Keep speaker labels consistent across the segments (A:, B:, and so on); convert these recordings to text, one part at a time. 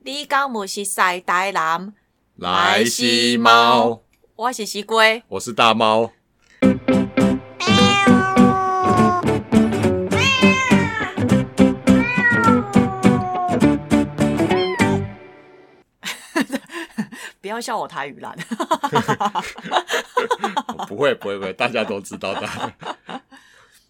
A: 你敢无是西台南？
B: 来西猫，
A: 我是西龟。
B: 我是大猫。
A: 不要笑我台语啦，
B: 不会不会不会，大家都知道的。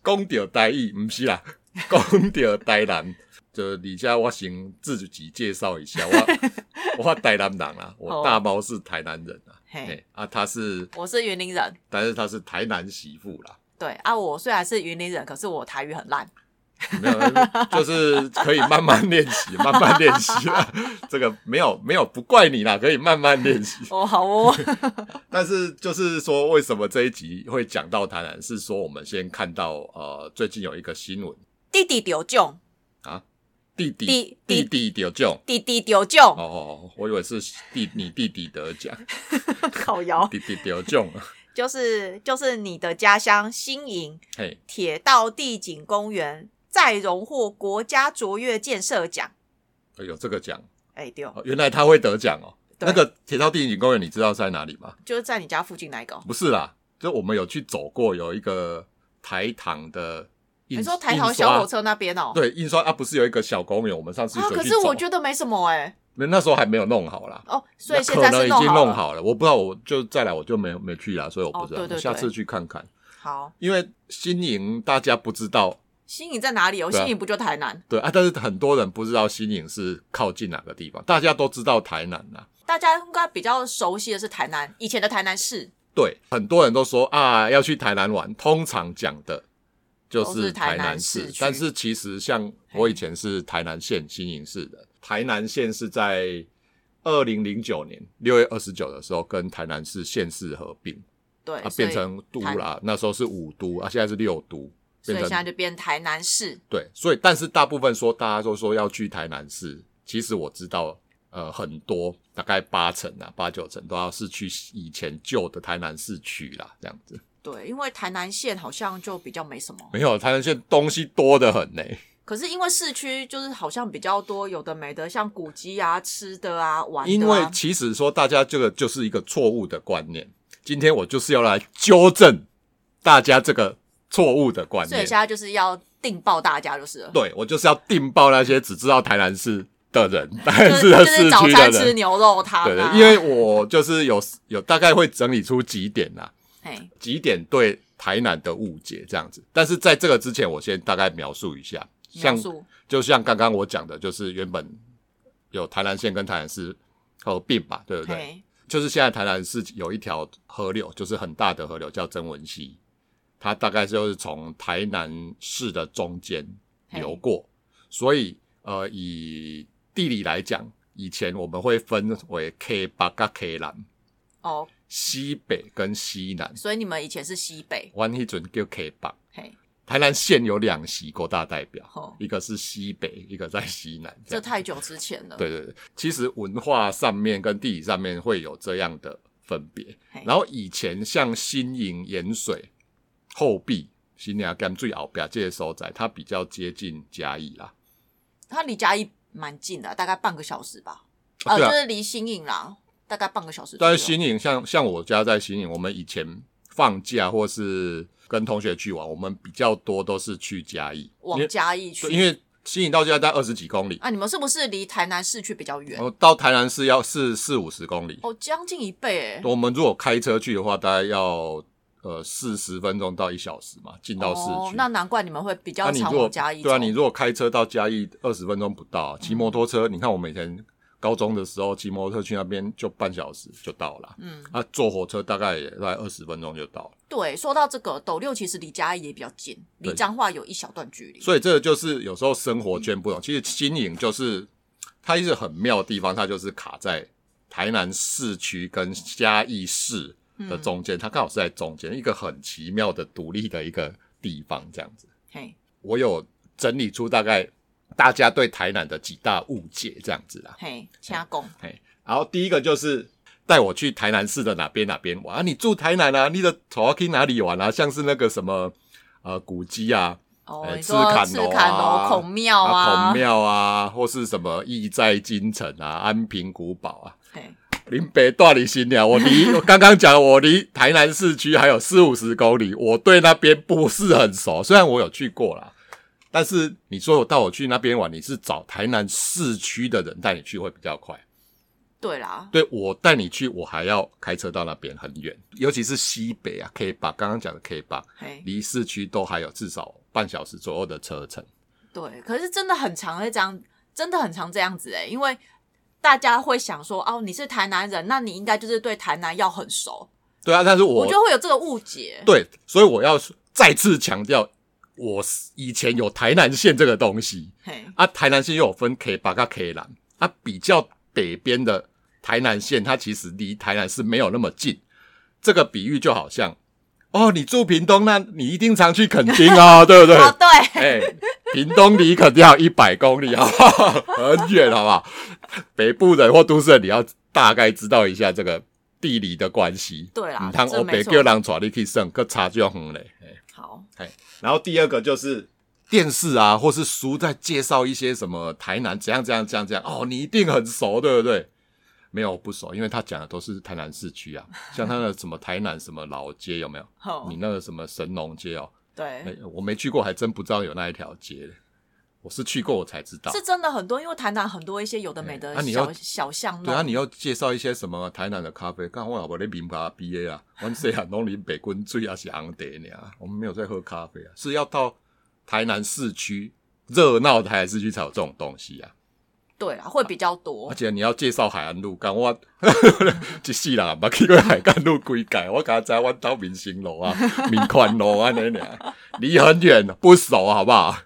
B: 讲到台语，不是啦，讲到台南，就而且我先自己介绍一下，我我台南人啦，
A: 哦
B: 我大猫是台南人啊，
A: 嘿
B: 嘿啊，他是，
A: 我是云林人。
B: 但是他是台南媳妇啦，
A: 对啊，我虽然是云林人，可是我台语很烂。
B: 没有，就是可以慢慢练习，慢慢练习啦，这个没有没有不怪你啦，可以慢慢练习。
A: 哦，好哦，
B: 但是就是说，为什么这一集会讲到台南？是说我们先看到呃，最近有一个新闻，
A: 弟弟丢囧，
B: 弟弟
A: 弟
B: 弟
A: 弟
B: 弟得奖。
A: 弟弟丢囧，
B: 哦哦，我以为是弟你弟弟得奖，
A: 靠摇，
B: 弟弟得奖。
A: 就是就是你的家乡新营
B: 嘿，
A: 铁道地景公园再荣获国家卓越建设奖。
B: 有这个奖、
A: 哎、对哦，
B: 哦，原来他会得奖哦。
A: 对
B: 那个铁道电影公园，你知道在哪里吗？
A: 就是在你家附近那一个哦。
B: 不是啦，就我们有去走过，有一个台糖的印，
A: 你说台
B: 印
A: 糖
B: 刷
A: 小火车那边哦？
B: 对印刷啊，不是有一个小公园？我们上次
A: 啊，
B: 有
A: 可
B: 去
A: 是
B: 走
A: 我觉得没什么哎、
B: 那那时候还没有弄好啦。
A: 哦，所以
B: 那
A: 现在
B: 可能
A: 是
B: 已经
A: 好
B: 弄
A: 了。
B: 好了，我不知道，我就再来我就没有没去啦，啊所以我不知道。
A: 哦对对对
B: 下次去看看，
A: 好，
B: 因为新营大家不知道，
A: 新营在哪里哦？
B: 对啊
A: 新营不就台南？
B: 对啊，但是很多人不知道新营是靠近哪个地方，大家都知道台南啊呐、
A: 大家应该比较熟悉的是台南，以前的台南市
B: 对，很多人都说啊要去台南玩，通常讲的就
A: 都是台
B: 台南
A: 南市区
B: 但是其实像我以前是台南县新营市的，台南县是在二零零九年六月二十九的时候跟台南市县市合并。
A: 对，
B: 啊，
A: 所以
B: 变成都
A: 台
B: 啦，那时候是五都啊，现在是六都，
A: 所
B: 变
A: 以
B: 成
A: 现在就变台南市。
B: 对，所以但是大部分说大家都说要去台南市，其实我知道，呃，很多大概八成啊，八九成都要是去以前旧的台南市区啦，这样子
A: 对，因为台南县好像就比较没什么，
B: 没有台南县东西多得很呢、
A: 可是因为市区就是好像比较多有的没的，像古迹啊、吃的啊、玩的、啊，
B: 因为其实说大家这个就是一个错误的观念，今天我就是要来纠正大家这个错误的观
A: 所以
B: 念
A: 现，在就是要定爆大家就是 了，
B: 对我就是要定爆那些只知道台南市的人，台
A: 就
B: 南
A: 是
B: 市
A: 就
B: 的
A: 是
B: 市
A: 早
B: 区的
A: 餐吃
B: 人。
A: 牛肉汤、啊，
B: 对对，因为我就是有有大概会整理出几点啦、
A: 嘿
B: 几点对台南的误解这样子。但是在这个之前，我先大概描述一下，像
A: 描述
B: 就像刚刚我讲的，就是原本有台南县跟台南市合并吧，对不对？
A: 嘿
B: 就是现在台南市有一条河流，就是很大的河流叫曾文溪，它大概就是从台南市的中间流过，所以呃，以地理来讲，以前我们会分为 K 八跟 K 南，
A: 哦，
B: 西北跟西南，
A: 所以你们以前是西北，
B: 湾迄阵叫 K 八。
A: 嘿，
B: 台南县有两席国大代表，
A: 哦
B: 一个是西北，一个在西南。这
A: 这
B: 样
A: 太久之前了，
B: 对对对，其实文化上面跟地理上面会有这样的分别
A: 嘿。
B: 然后以前像新营、盐水、后壁、新营、甘最后表这些所在，它比较接近嘉义啦。
A: 它离嘉义蛮近的，啊大概半个小时吧，
B: 啊
A: 呃，
B: 对
A: 就
B: 啊，
A: 是离新营啦，大概半个小时左右，
B: 但是新营像像我家在新营，我们以前放假或是跟同学去玩，我们比较多都是去嘉义，因
A: 往
B: 为
A: 嘉义
B: 对
A: 去，
B: 因为新营到嘉义大概二十几公里，
A: 啊，你们是不是离台南市区比较远？
B: 我到台南市要四四五十公里。
A: 哦，将近一倍哎，
B: 我们如果开车去的话，大概要呃四十分钟到一小时嘛，进到市
A: 哦
B: 区。，
A: 那难怪你们会比较
B: 啊你如
A: 常
B: 果
A: 往嘉义走，
B: 对啊，你如果开车到嘉义二十分钟不到，骑摩
A: 嗯
B: 托车，你看我们以前高中的时候骑摩托车去那边就半小时就到了，
A: 嗯，
B: 啊，坐火车大概也大概二十分钟就到了。
A: 对，说到这个斗六，其实离嘉义也比较近，离
B: 对
A: 彰化有一小段距离。
B: 所以这个就是有时候生活圈不
A: 嗯
B: 同。其实新营就是它一直很妙的地方，它就是卡在台南市区跟嘉义市
A: 嗯
B: 的中间，它刚好是在中间一个很奇妙的独立的一个地方，这样子。
A: 嘿，
B: 我有整理出大概大家对台南的几大误解，这样子啦。
A: 嘿，掐公，
B: 嘿，然后第一个就是带我去台南市的哪边哪边玩啊，你住台南啊，你的头要去哪里玩啊？像是那个什么呃古迹啊，
A: 哦，
B: 哎
A: 你
B: 赤
A: 说
B: 坎
A: 赤
B: 楼
A: 坎
B: 啊
A: 楼、孔庙
B: 啊，
A: 啊，
B: 孔庙啊，或是什么意在京城啊、安平古堡啊，
A: 嘿，
B: 林北大理新鸟，我离我刚刚讲，我离台南市区还有四五十公里，我对那边不是很熟。虽然我有去过啦，但是你说我到我去那边玩，你是找台南市区的人带你去会比较快。
A: 对啦，
B: 对我带你去，我还要开车到那边很远，尤其是西北啊，K 八刚刚讲的 K 八，
A: 嘿，
B: 离市区都还有至少半小时左右的车程。
A: 对，可是真的很常会这样，真的很常这样子哎、因为大家会想说，哦，你是台南人，那你应该就是对台南要很熟，
B: 对啊，但是
A: 我觉得会有这个误解。
B: 对，所以我要再次强调，我以前有台南县这个东西。
A: 嘿，
B: 啊，台南县又有分 K 八跟 K 南，啊，比较北边的台南县，它其实离台南是没有那么近。这个比喻就好像，哦，你住屏东，那你一定常去垦 丁哦，对不对？
A: 哦，对，
B: 哎、屏东离垦丁要一百公里， 好不好？很远，好不好？北部人或都市人，你要大概知道一下这个地理的关系。
A: 对啦
B: 唔通
A: 这
B: 我
A: 没
B: 北
A: 错
B: 叫人带你去耍，可差就远嘞。哎
A: 好，
B: 然后第二个就是电视啊，或是书在介绍一些什么台南怎样怎样怎样怎样哦，你一定很熟，对不对？没有不熟，因为他讲的都是台南市区啊，像他的什么台南什么老街有没有？
A: 好
B: 你，那个什么神农街哦，哎
A: 对，，
B: 我没去过，还真不知道有那一条街。我是去过我才知道。
A: 是真的很多，因为台南很多一些有的没
B: 哎
A: 的
B: 啊你
A: 小、
B: 要
A: 小巷弄，
B: 对啊，你要介绍一些什么台南的咖啡？刚我老婆咧明白 B A 啊， 我虽然拢啉北滚水啊是红茶尔，我们没有在喝咖啡啊，是要到台南市区热闹的台南市区才有这种东西啊。
A: 对啦，会比较多。
B: 而且你要介绍海岸路，干我 一世人也捌去过海岸路几届，我敢知我到民生路啊、民权路啊那俩，离很远不熟，好不好？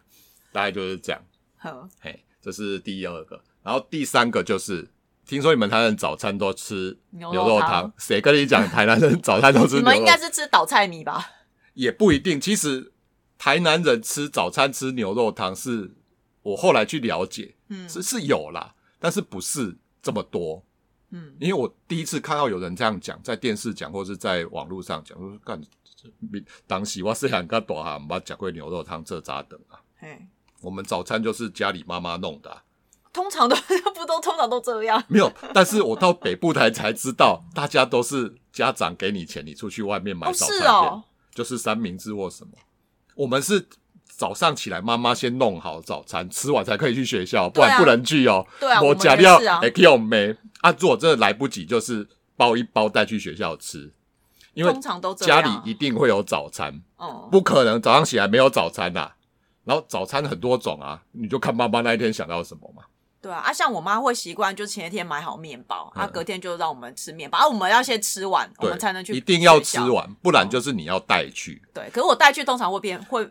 B: 大概就是这样。
A: 哼
B: 嘿，这是第二个，然后第三个就是，听说你们台南人早餐都吃
A: 牛
B: 牛
A: 肉
B: 肉
A: 汤
B: 汤，谁跟你讲台南人早餐都吃
A: 你
B: 牛
A: 们
B: 肉
A: 应该是吃倒菜米吧？
B: 也不一定，其实台南人吃早餐吃牛肉汤是，我后来去了解，
A: 嗯
B: 是是有啦，但是不是这么多，
A: 嗯，
B: 因为我第一次看到有人这样讲，在电视讲或是在网络上讲，我说干，这这当时我是很个大汉，没吃过牛肉汤这咋等啊？
A: 嘿，
B: 我们早餐就是家里妈妈弄的啊、
A: 通常都 不都通常都这样。
B: 没有，但是我到北部台才知道，大家都是家长给你钱，你出去外面买
A: 哦，
B: 早餐
A: 是
B: 店，
A: 哦，
B: 就是三明治或什么。我们是早上起来，妈妈先弄好早餐，吃完才可以去学校，不
A: 对啊
B: 然不能去哦。
A: 对啊
B: 我
A: 我们也是啊
B: 哎，给我没啊？如果真的来不及，就是包一包带去学校吃，因为
A: 通常都这
B: 家
A: 样。
B: 里一定会有早餐，
A: 哦，
B: 不可能早上起来没有早餐呐、然后早餐很多种啊，你就看妈妈那一天想到什么嘛。
A: 对啊，啊，像我妈会习惯，就前一天买好面包，啊，
B: 嗯
A: 隔天就让我们吃面包，啊，我们要先吃完，我
B: 对，
A: 们才能去
B: 一定要
A: 学
B: 吃
A: 校。嗯
B: 完，不然就是你要带去。
A: 对，可是我带去通常会变会，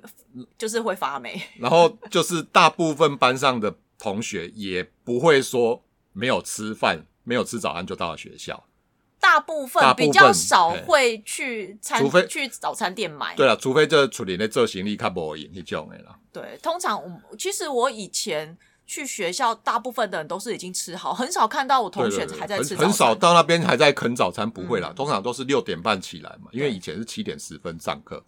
A: 就是会发霉。
B: 然后就是大部分班上的同学也不会说没有吃饭、没有吃早餐就到了学校。
A: 大部分
B: 大部分
A: 比较少会去餐
B: 除非
A: 去早餐店买。
B: 对了，除非这处理那做行李较无用那种的啦。
A: 对通常我其实我以前去学校，大部分的人都是已经吃好，很少看到我同
B: 对对
A: 学
B: 对，
A: 还在吃早
B: 很
A: 餐。
B: 很少到那边还在啃早餐，不会啦，
A: 嗯
B: 通常都是六点半起来嘛，因为
A: 对
B: 以前是七点十分上课。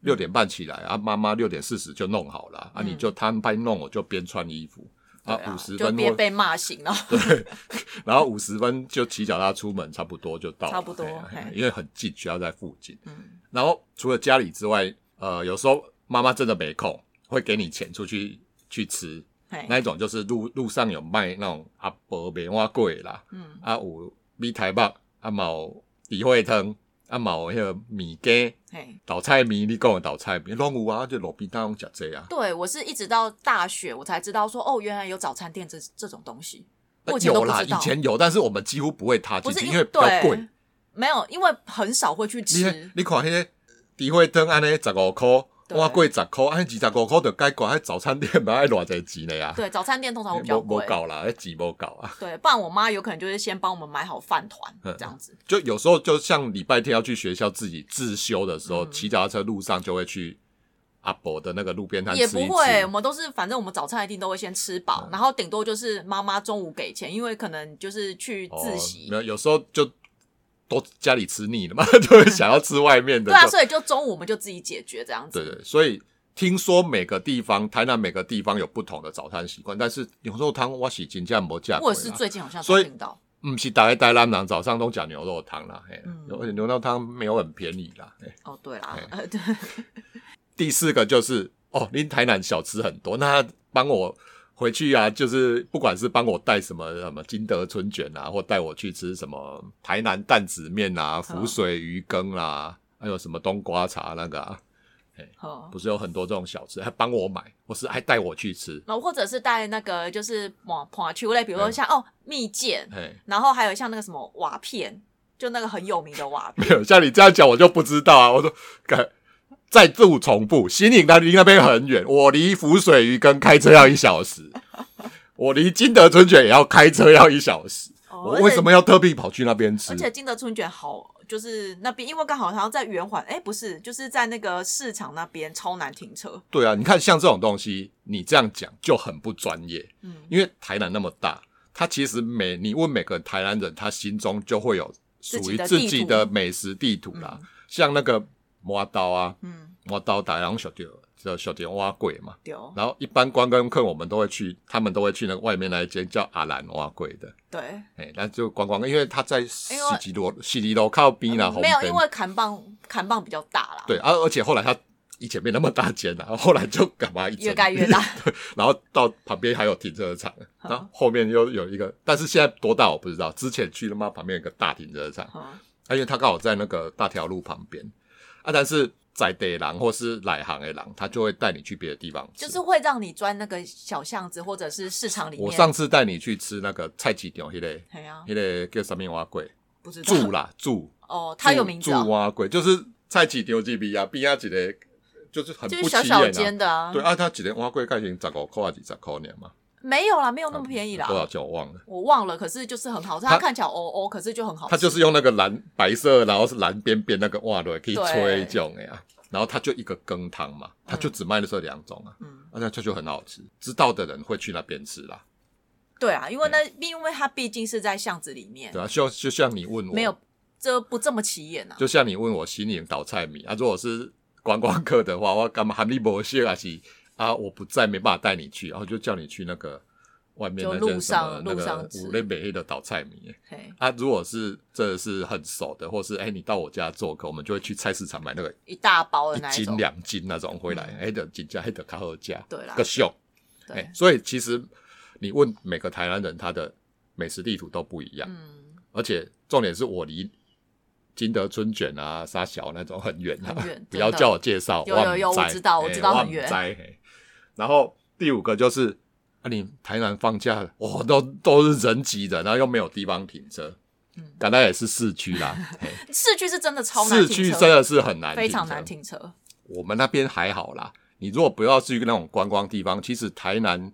B: 六点半起来啊，妈妈六点四十就弄好了啊，
A: 嗯
B: 你就摊拍弄，我就边穿衣服
A: 对
B: 啊，
A: 啊
B: 五十
A: 就
B: 分
A: 别
B: 或
A: 被骂醒了。
B: 然后五十分就骑脚踏出门，差不多就到了，
A: 差不多
B: 嘿啊嘿啊
A: 嘿
B: 因为很近，学校在附近。
A: 嗯，
B: 然后除了家里之外，呃，有时候妈妈真的没空，会给你钱出去去吃。
A: 嘿
B: 那一种就是路路上有卖那种阿伯棉花粿啦，
A: 嗯，
B: 啊有米台棒，啊毛底惠汤，啊毛迄个米羹、
A: 嘿，
B: 倒菜米，你讲的倒菜米拢有啊，就路边摊拢食这啊。
A: 对我是一直到大学我才知道说，哦，原来有早餐店这这种东西，我以前都
B: 呃有
A: 不
B: 啦，
A: 知
B: 以
A: 道。
B: 前有，但是我们几乎不会踏
A: 不是
B: 进去，
A: 因
B: 因为比较
A: 对
B: 贵。
A: 没有，因为很少会去
B: 你
A: 吃。
B: 你看迄个猪血汤安尼十五箍，
A: 对
B: 碗粿十箍，安尼二十五箍就解决， 迄早餐店嘛爱偌济钱咧啊？
A: 对，早餐店通常会比较
B: 无无
A: 贵。
B: 够啦，迄钱无够啊。
A: 对，不然我妈有可能就是先帮我们买好饭团
B: 嗯
A: 这样子。
B: 就有时候就像礼拜天要去学校自己自修的时候，
A: 嗯
B: 骑脚踏车路上就会去阿伯的那个路边摊吃
A: 也
B: 一吃。嗯
A: 不会，我们都是反正我们早餐一定都会先吃饱，然后顶多就是妈妈中午给钱，因为可能就是去自
B: 哦
A: 习，
B: 没有，有时候就都家 里吃腻了嘛，就会想要吃外面的。
A: 对啊，
B: 就
A: 所以就中午我们就自己解决这样子。
B: 对对，所以听说每个地方，台南每个地方有不同的早餐习惯，但是牛肉汤我是真正没吃过
A: 我
B: 啦。
A: 是最近好像
B: 所
A: 才
B: 以
A: 听到，
B: 嗯，是大概台南人早上都讲牛肉汤啦，嘿啦
A: 嗯
B: 而且牛肉汤没有很便宜啦。嘿
A: 哦，对啦
B: 哎，
A: 呃，对，
B: 第四个就是哦，您台南小吃很多，那帮我回去啊，就是不管是帮我带什么什么金德春卷啊，或带我去吃什么台南担子面啊、浮水鱼羹啦、还有什么冬瓜茶那个、啊，
A: 哦
B: 不是有很多这种小吃，还帮我买，或是还带我去吃，
A: 然后或者是带那个就是跑跑去类，比如
B: 嗯
A: 说像、哦蜜饯，
B: 嘿。
A: 然后还有像那个什么瓦片，就那个很有名的瓦片，
B: 没有，像你这样讲我就不知道啊。我说，改再度重复，新营那离那边很远，我离浮水鱼跟开车要一小时，我离金德春卷也要开车要一小时。
A: 哦
B: 我为什？么要特地跑去那边吃
A: 而且？而且金德春卷好，就是那边，因为刚好好像在圆环，哎，不是，就是在那个市场那边超难停车。
B: 对啊，你看像这种东西，你这样讲就很不专业，
A: 嗯，
B: 因为台南那么大，它其实每你问每个台南人，他心中就会有属于
A: 自己
B: 自
A: 的地图
B: 己的美食地图啦，像那个磨刀啊，
A: 嗯，
B: 磨刀台南小店叫小店蛙粿嘛。
A: 对哦，
B: 然后一般观光客我们都会去，他们都会去那个外面那一间叫阿兰蛙柜的，
A: 对，
B: 哎，那就观光，因为他在西吉罗西吉罗靠边啦，
A: 嗯呃没有，因
B: 红
A: 为
B: 灯
A: 砍棒砍棒比较大啦，
B: 对，啊，而且后来他以前没那么大间啦，后来就干嘛一整，
A: 越盖越大，嗯
B: 然后到旁边还有停车场，然后后面又有一个，但是现在多大我不知道，之前去了嘛，旁边有一个大停车场，
A: 嗯，
B: 啊，因为他刚好在那个大条路旁边，啊，但是在地狼或是来行的狼，他就会带你去别的地方吃，
A: 就是会让你钻那个小巷子或者是市场里面。
B: 我上次带你去吃那个菜鸡牛迄个。
A: 哎呀，
B: 迄个叫啥物蛙粿，
A: 不知道
B: 住啦住，
A: 哦，它有名字
B: 住啊
A: 哦，
B: 蛙粿，就是菜市场这边啊，边啊一个就是很
A: 就
B: 不
A: 是
B: 起
A: 小
B: 眼
A: 小
B: 啊。
A: 间的啊，
B: 对啊，它一个蛙粿价钱十五块还是十块尔嘛？
A: 没有啦，没有那么便宜啦，
B: 啊多少钱我忘了。
A: 我忘了，可是就是很好吃，它
B: 它
A: 看起来哦哦，可是就很好吃，
B: 它就是用那个蓝白色，然后是蓝边边那个蛙粿可以
A: 对
B: 吹种的呀。然后它就一个羹汤嘛，它就只卖的这两种啊，
A: 嗯，
B: 啊那这就很好吃，知道的人会去那边吃啦，
A: 对啊，因为那因为它毕竟是在巷子里面，
B: 对啊，就就像你问我，
A: 没有这不这么起眼啊，
B: 就像你问我新营倒菜米啊，如果是观光客的话，我干嘛喊你不去还是啊？我不在，没办法带你去，然后就叫你去那个外面
A: 就
B: 那间
A: 路
B: 什么
A: 上
B: 那
A: 路
B: 个
A: 上吃
B: 五类美黑的倒菜米
A: 嘿，
B: 啊。如果是这是很熟的，或是哎、你到我家做客，我们就会去菜市场买那个
A: 哦一大包的
B: 一
A: 那
B: 斤
A: 种，嗯
B: 两斤那种回来，哎的金价，哎的卡好价，
A: 对啦
B: 个秀哎、
A: 对，
B: 所以其实你问每个台南人，他的美食地图都不一样。
A: 嗯，
B: 而且重点是我离金德春卷啊、沙小那种很远啊，
A: 很远
B: 不要
A: 真的
B: 叫我介绍，
A: 有
B: 我哎
A: 有有
B: 唔知
A: 我知道
B: 嘿
A: 我知道很
B: 唔
A: 远
B: 知嘿哎然后第五个就是啊，你台南放假，哇、都都是人挤人，然后又没有地方停车，
A: 嗯
B: 嗯，当然也是市区啦，嘿
A: 市区是真的 超难
B: 市
A: 停车，
B: 区真的是很难，
A: 非常难。停车，
B: 我们那边还好啦，你如果不要去那种观光地方，其实台南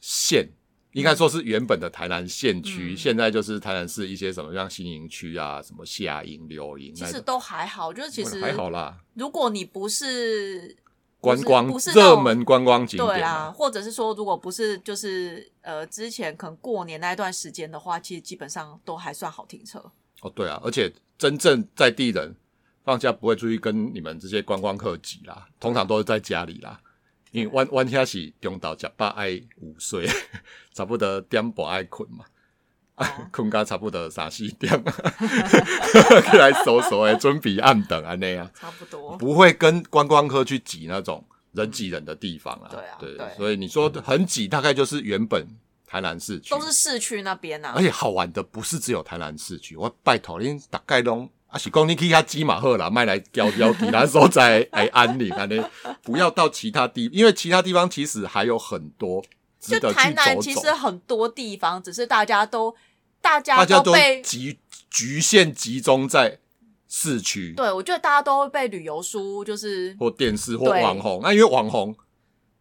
B: 县应该说是原本的台南县区，
A: 嗯
B: 现在就是台南市一些什么像新营区啊、什么下营、柳营，
A: 其
B: 那
A: 实
B: 种
A: 都还好，就是其实
B: 还好啦。
A: 如果你不是
B: 观光
A: 不是那
B: 热
A: 种
B: 门观光景
A: 对
B: 点
A: 啦，
B: 啊，
A: 或者是说，如果不是就是呃之前可能过年那一段时间的话，其实基本上都还算好停 车。
B: 哦对啊，而且真正在地人放假不会出去跟你们这些观光客挤啦，通常都是在家里啦。因为弯弯下是中岛假八爱午睡， 差不多点半爱困嘛。
A: 哦
B: 困到啊差不多三四点，起来搜索诶，准备暗等安尼啊，
A: 差不多。
B: 不会跟观光客去挤那种人挤人的地方啊。
A: 对啊
B: 对
A: 对
B: 所以你说很挤，大概就是原本台南市区
A: 都，是市区那边啊呐、
B: 而且好玩的不是只有台南市区，我拜托恁大概拢。啊，是讲你去遐挤马赫啦，卖来交交其他所在来安宁安尼， 不要到其他地，因为其他地方其实还有很多值
A: 就
B: 得
A: 台
B: 去
A: 南
B: 走
A: 其
B: 走
A: 实。很多地方，只是大家都大家
B: 大家都
A: 被
B: 集局限集中在市区
A: 对我觉得大家都会被旅游书就是
B: 或电视或
A: 对
B: 网红。那、因为网红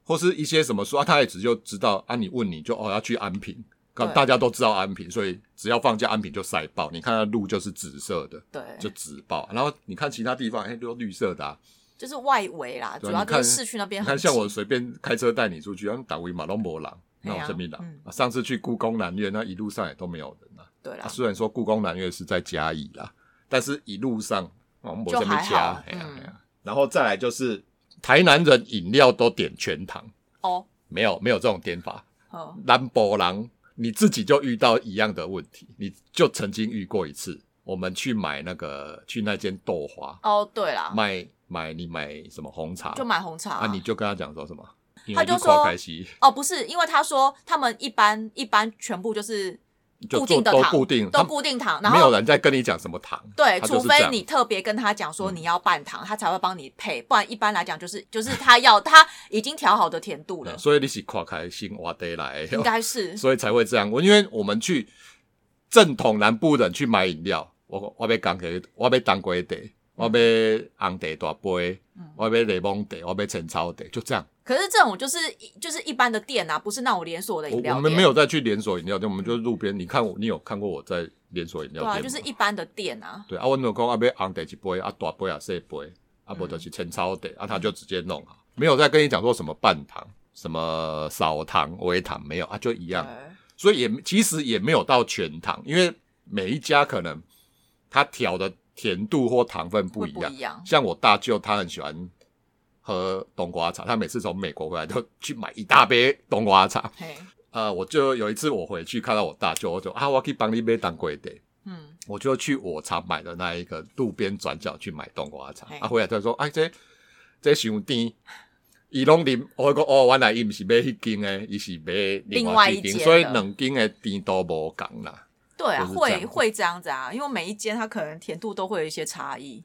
B: 或是一些什么说啊，他也只就知道啊，你问你就哦要去安平，
A: 对
B: 刚大家都知道安平，所以只要放假安平就塞爆。你看那路就是紫色的，
A: 对
B: 就紫爆。然后你看其他地方，哎、都绿色的、啊。
A: 就是外围啦，
B: 对
A: 主要
B: 啊你
A: 就是
B: 看
A: 市区那边
B: 你
A: 很
B: 看，
A: 挤。
B: 像我随便开车带你出去，然后打威马都没人，
A: 哎
B: 那
A: 呀
B: 有什么人
A: 嗯
B: 啊上次去故宫南院，那一路上也都没有人啊。
A: 对
B: 啊，
A: 啦，
B: 虽然说故宫南院是在嘉义啦，但是一路上我们没什么
A: 就还好
B: 家，哎呀
A: 嗯
B: 哎呀，然后再来就是台南人饮料都点全糖，
A: 哦，
B: 没有没有这种点法。
A: 好，
B: 兰博郎，你自己就遇到一样的问题，你就曾经遇过一次。我们去买那个去那间豆花，
A: 哦，对啦，
B: 卖买你买什么红茶，
A: 就买红茶
B: 啊，你就跟他讲说什么，因
A: 他
B: 为
A: 就
B: 你口
A: 说
B: 开心，
A: 哦，不是，因为他说他们一般一般全部就是
B: 就
A: 固
B: 做
A: 定的
B: 都
A: 糖，
B: 固定，
A: 都
B: 他
A: 固定糖，然
B: 没有
A: 后
B: 人在跟你讲什么糖，
A: 对，
B: 他
A: 除
B: 就是这
A: 非
B: 样嗯
A: 你特别跟他讲说你要半糖，他才会帮你配，不然一般来讲就是就是他要他已经调好的甜度了
B: 嗯，所以你是跨开心哇得来，
A: 应该是
B: 所以才会这样。我因为我们去正统南部人去买饮料，我我要讲给我要当归茶，我要红茶大杯，
A: 嗯
B: 我要柠檬茶，我要陈草茶，就这样。
A: 可是这种就是就是一般的店啊，不是那种连锁的饮料店，
B: 我我们没有再去连锁饮料店，我们就路边。你看我，你有看过我在连锁饮料
A: 对
B: 店吗？
A: 啊，就是一般的店啊，
B: 对啊，我老公啊，要红茶一杯，啊大杯啊小杯，
A: 嗯
B: 啊不就是千草的，啊他就直接弄好，没有再跟你讲说什么半糖、什么少糖、微糖，没有啊，就一样，
A: 对
B: 所以也其实也没有到全糖，因为每一家可能他调的甜度或糖分不
A: 会
B: 一
A: 不
B: 样，
A: 一样，
B: 像我大舅他很喜欢喝冬瓜茶，他每次从美国回来都去买一大杯冬瓜茶，
A: 嘿，
B: 呃，我就有一次我回去看到我大舅，我就啊，我可以帮你买当归的。
A: 嗯，
B: 我就去我常买的那一个路边转角去买冬瓜茶
A: 嘿，
B: 啊，回来他说，哎，这这伤甜，伊拢啉，我讲哦，原来伊毋是买迄间诶，伊是买
A: 另
B: 另外
A: 外
B: 一
A: 一间
B: 间，
A: 的
B: 所以两间诶甜度无共啦。
A: 对啊，
B: 就是这样
A: 会会这样子啊，因为每一间它可能甜度都会有一些差异，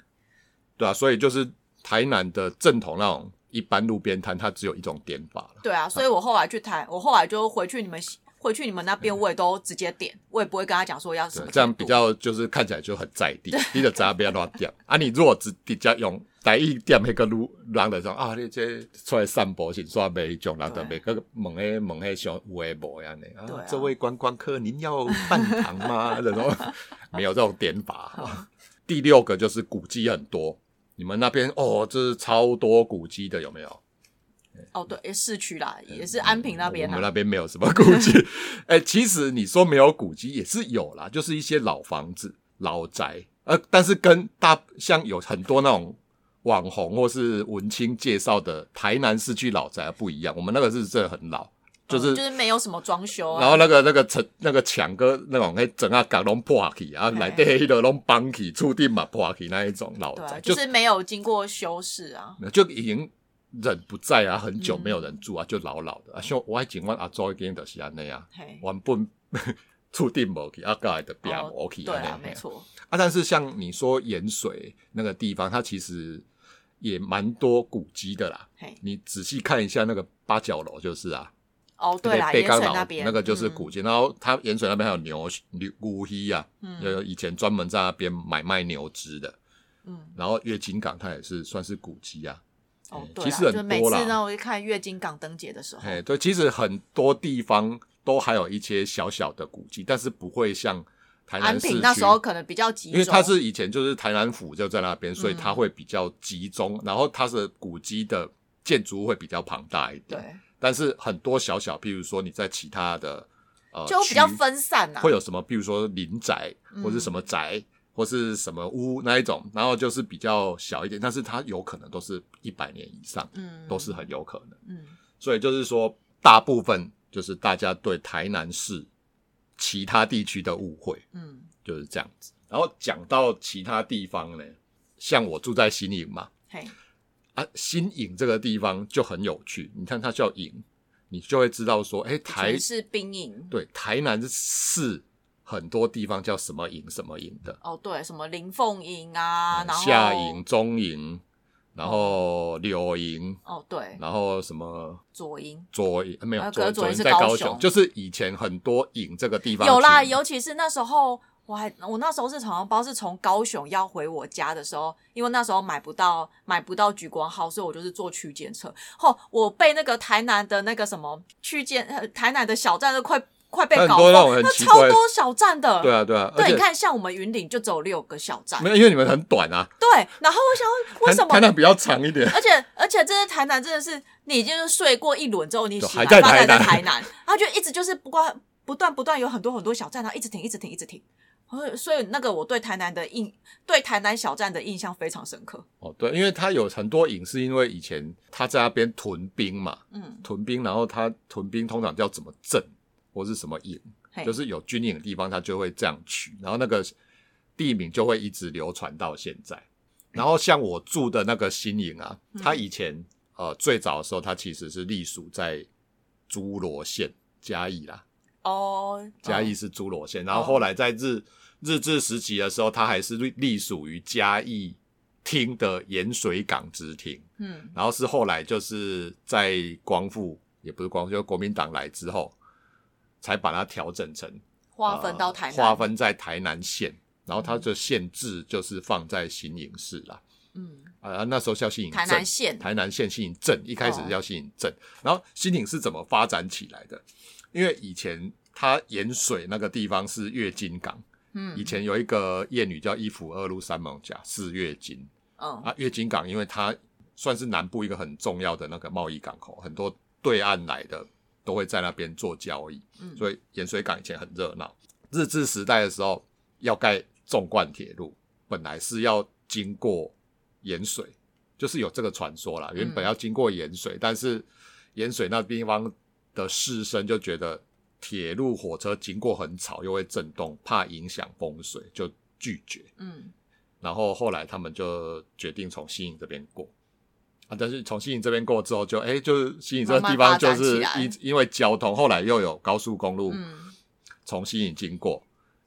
B: 对啊，所以就是台南的正统那种一般路边摊，它只有一种点法了。
A: 对啊，所以我后来去台，我后来就回去你们回去你们那边，我也都直接点，我也不会跟他讲说要什
B: 嗯对
A: 么，
B: 这样
A: 甜度
B: 比较就是看起来就很在地，你的知不要乱点啊！你如果只直接用台语点那个路，人就说啊，你这出来散步是煞袂种，人就
A: 对
B: 袂个问迄问迄像有诶无安尼啊
A: 对啊
B: 这位观光客，您要半糖吗？这种 没有这种点法。第六个就是古迹很多，你们那边哦，这是超多古迹的，有没有？
A: 哦，对，也市区啦，也是安平那边啊
B: 我们那
A: 啦，
B: 边没有什么古 迹。哎、其实你说没有古迹也是有啦，就是一些老房子、老宅，呃，但是跟大像有很多那种网红或是文青介绍的台南市区老宅不一样，我们那个是真的很老，就是。
A: 嗯就是没有什么装修啊，
B: 然后那个那个城那个墙跟那种迄整啊角拢破去，啊，内底迄个拢崩去，厝顶嘛破去那一种老
A: 对
B: 宅，
A: 啊，就是没有经过修饰啊，
B: 就已经人不在啊，很久没有
A: 嗯
B: 人住啊，就老老的啊。像我还景阮阿祖已经就是安尼啊，
A: 嘿，
B: 原本 厝顶无去，啊，到来的变
A: 哦
B: 无去
A: 对
B: 安尼
A: 啊，
B: 嘿
A: 没错，
B: 啊，但是像你说盐水那个地方，它其实也蛮多古迹的啦。
A: 嘿，
B: 你仔细看一下那个八角楼就是啊，
A: 哦，对啦，
B: 贝
A: 盐
B: 贝刚
A: 水
B: 老
A: 边
B: 那个就是
A: 嗯
B: 古迹，然后它盐水那边还有牛牛乌溪啊，
A: 嗯
B: 有以前专门在那边买卖牛脂的，
A: 嗯，
B: 然后月经港它也是算是古迹啊。
A: 哦
B: 嗯，
A: 对
B: 其
A: 啦，
B: 实很
A: 就每
B: 多
A: 次
B: 啦
A: 让我去看月经港灯节的时候，
B: 哎，对，其实很多地方都还有一些小小的古迹，但是不会像台南
A: 安
B: 市
A: 平
B: 区
A: 那时候可能比较集中，
B: 因为它是以前就是台南府就在那边，所以
A: 嗯
B: 它会比较集中，然后它是古迹的建筑物会比较庞大一点。
A: 对，
B: 但是很多小小，譬如说你在其他的呃
A: 就比较
B: 区
A: 分散啊，
B: 会有什么，譬如说林宅
A: 嗯
B: 或是什么宅。或是什么屋那一种，然后就是比较小一点，但是它有可能都是一百年以上，
A: 嗯，
B: 都是很有可能。
A: 嗯，
B: 所以就是说，大部分就是大家对台南市其他地区的误会，
A: 嗯
B: 就是这样子。然后讲到其他地方呢，像我住在新营嘛，
A: 嘿，
B: 啊，新营这个地方就很有趣。你看它叫营，你就会知道说，哎，台
A: 全是兵营，
B: 对台南市很多地方叫什么营什么营的，
A: 哦，对，什么林凤营啊，
B: 嗯
A: 然后
B: 下营、中营，然后柳营，
A: 哦，对，
B: 然后什么
A: 左营
B: 左营呃没有
A: 啊
B: 左
A: 可是左营
B: 左营
A: 是
B: 在
A: 高
B: 高
A: 雄
B: 雄，就是以前很多营这个地方
A: 有啦，
B: 去
A: 尤其是那时候，我还我那时候是好像包是从高雄要回我家的时候，因为那时候买不到买不到橘光号，所以我就是坐区间车。后我被那个台南的那个什么区间，呃台南的小站都快快被
B: 很
A: 搞疯，
B: 多那种很奇怪
A: 超
B: 的
A: 多小站的，
B: 对啊对啊，而
A: 对，
B: 且
A: 你看像我们云顶就只有六个小站
B: 没，有因为你们很短啊，
A: 对。然后我想问为
B: 台
A: 什
B: 台南
A: 么？
B: 比较长一点，
A: 而且而且，真的台南真的是，你已经是睡过一轮之后，你
B: 就
A: 醒
B: 还
A: 来
B: 在
A: 发
B: 台
A: 现在
B: 南
A: 台南，然后就一直就是不管不断不断有很多很多小站，然后一直停，一直停，一直停。呃所以那个我对台南的印，对台南小站的印象非常深刻。
B: 哦，对，因为他有很多影是因为以前他在那边屯兵嘛，
A: 嗯，
B: 屯兵，然后他屯兵通常叫怎么镇或是什么营，
A: 嘿
B: 就是有军营的地方，他就会这样取，然后那个地名就会一直流传到现在。然后像我住的那个新营啊，它以前呃最早的时候，它其实是隶属在诸罗县嘉义啦，
A: 哦，
B: 嘉义
A: 嗯
B: 是诸罗县，然后后来在日日治时期的时候，它还是隶隶属于嘉义厅的盐水港支厅。
A: 嗯，
B: 然后是后来就是在光复，也不是光复，就是国民党来之后，才把它调整成
A: 划分到台南，
B: 呃划，分在台南县，然后它的县治就是放在新营市啦。
A: 嗯，
B: 啊，那时候叫新营
A: 台
B: 镇，
A: 南县
B: 台南县新营镇，一开始叫新营镇，然后新营是怎么发展起来的？因为以前它盐水那个地方是月经港，
A: 嗯，
B: 以前有一个谚语叫“一府二路三艋甲是月经”，
A: 嗯，
B: 啊，月经港，因为它算是南部一个很重要的那个贸易港口，很多对岸来的都会在那边做交易，
A: 嗯
B: 所以盐水港以前很热闹。日治时代的时候要盖纵贯铁路，本来是要经过盐水，就是有这个传说啦，原本要经过盐水，但是盐水那地方的士绅就觉得铁路火车经过很吵，又会震动，怕影响风水，就拒绝。
A: 嗯，
B: 然后后来他们就决定从西营这边过啊，但是从西营这边过之后就，哎，就是西营这个地方就是因
A: 慢慢发展起
B: 因为交通，后来又有高速公路
A: 嗯
B: 从西营经过，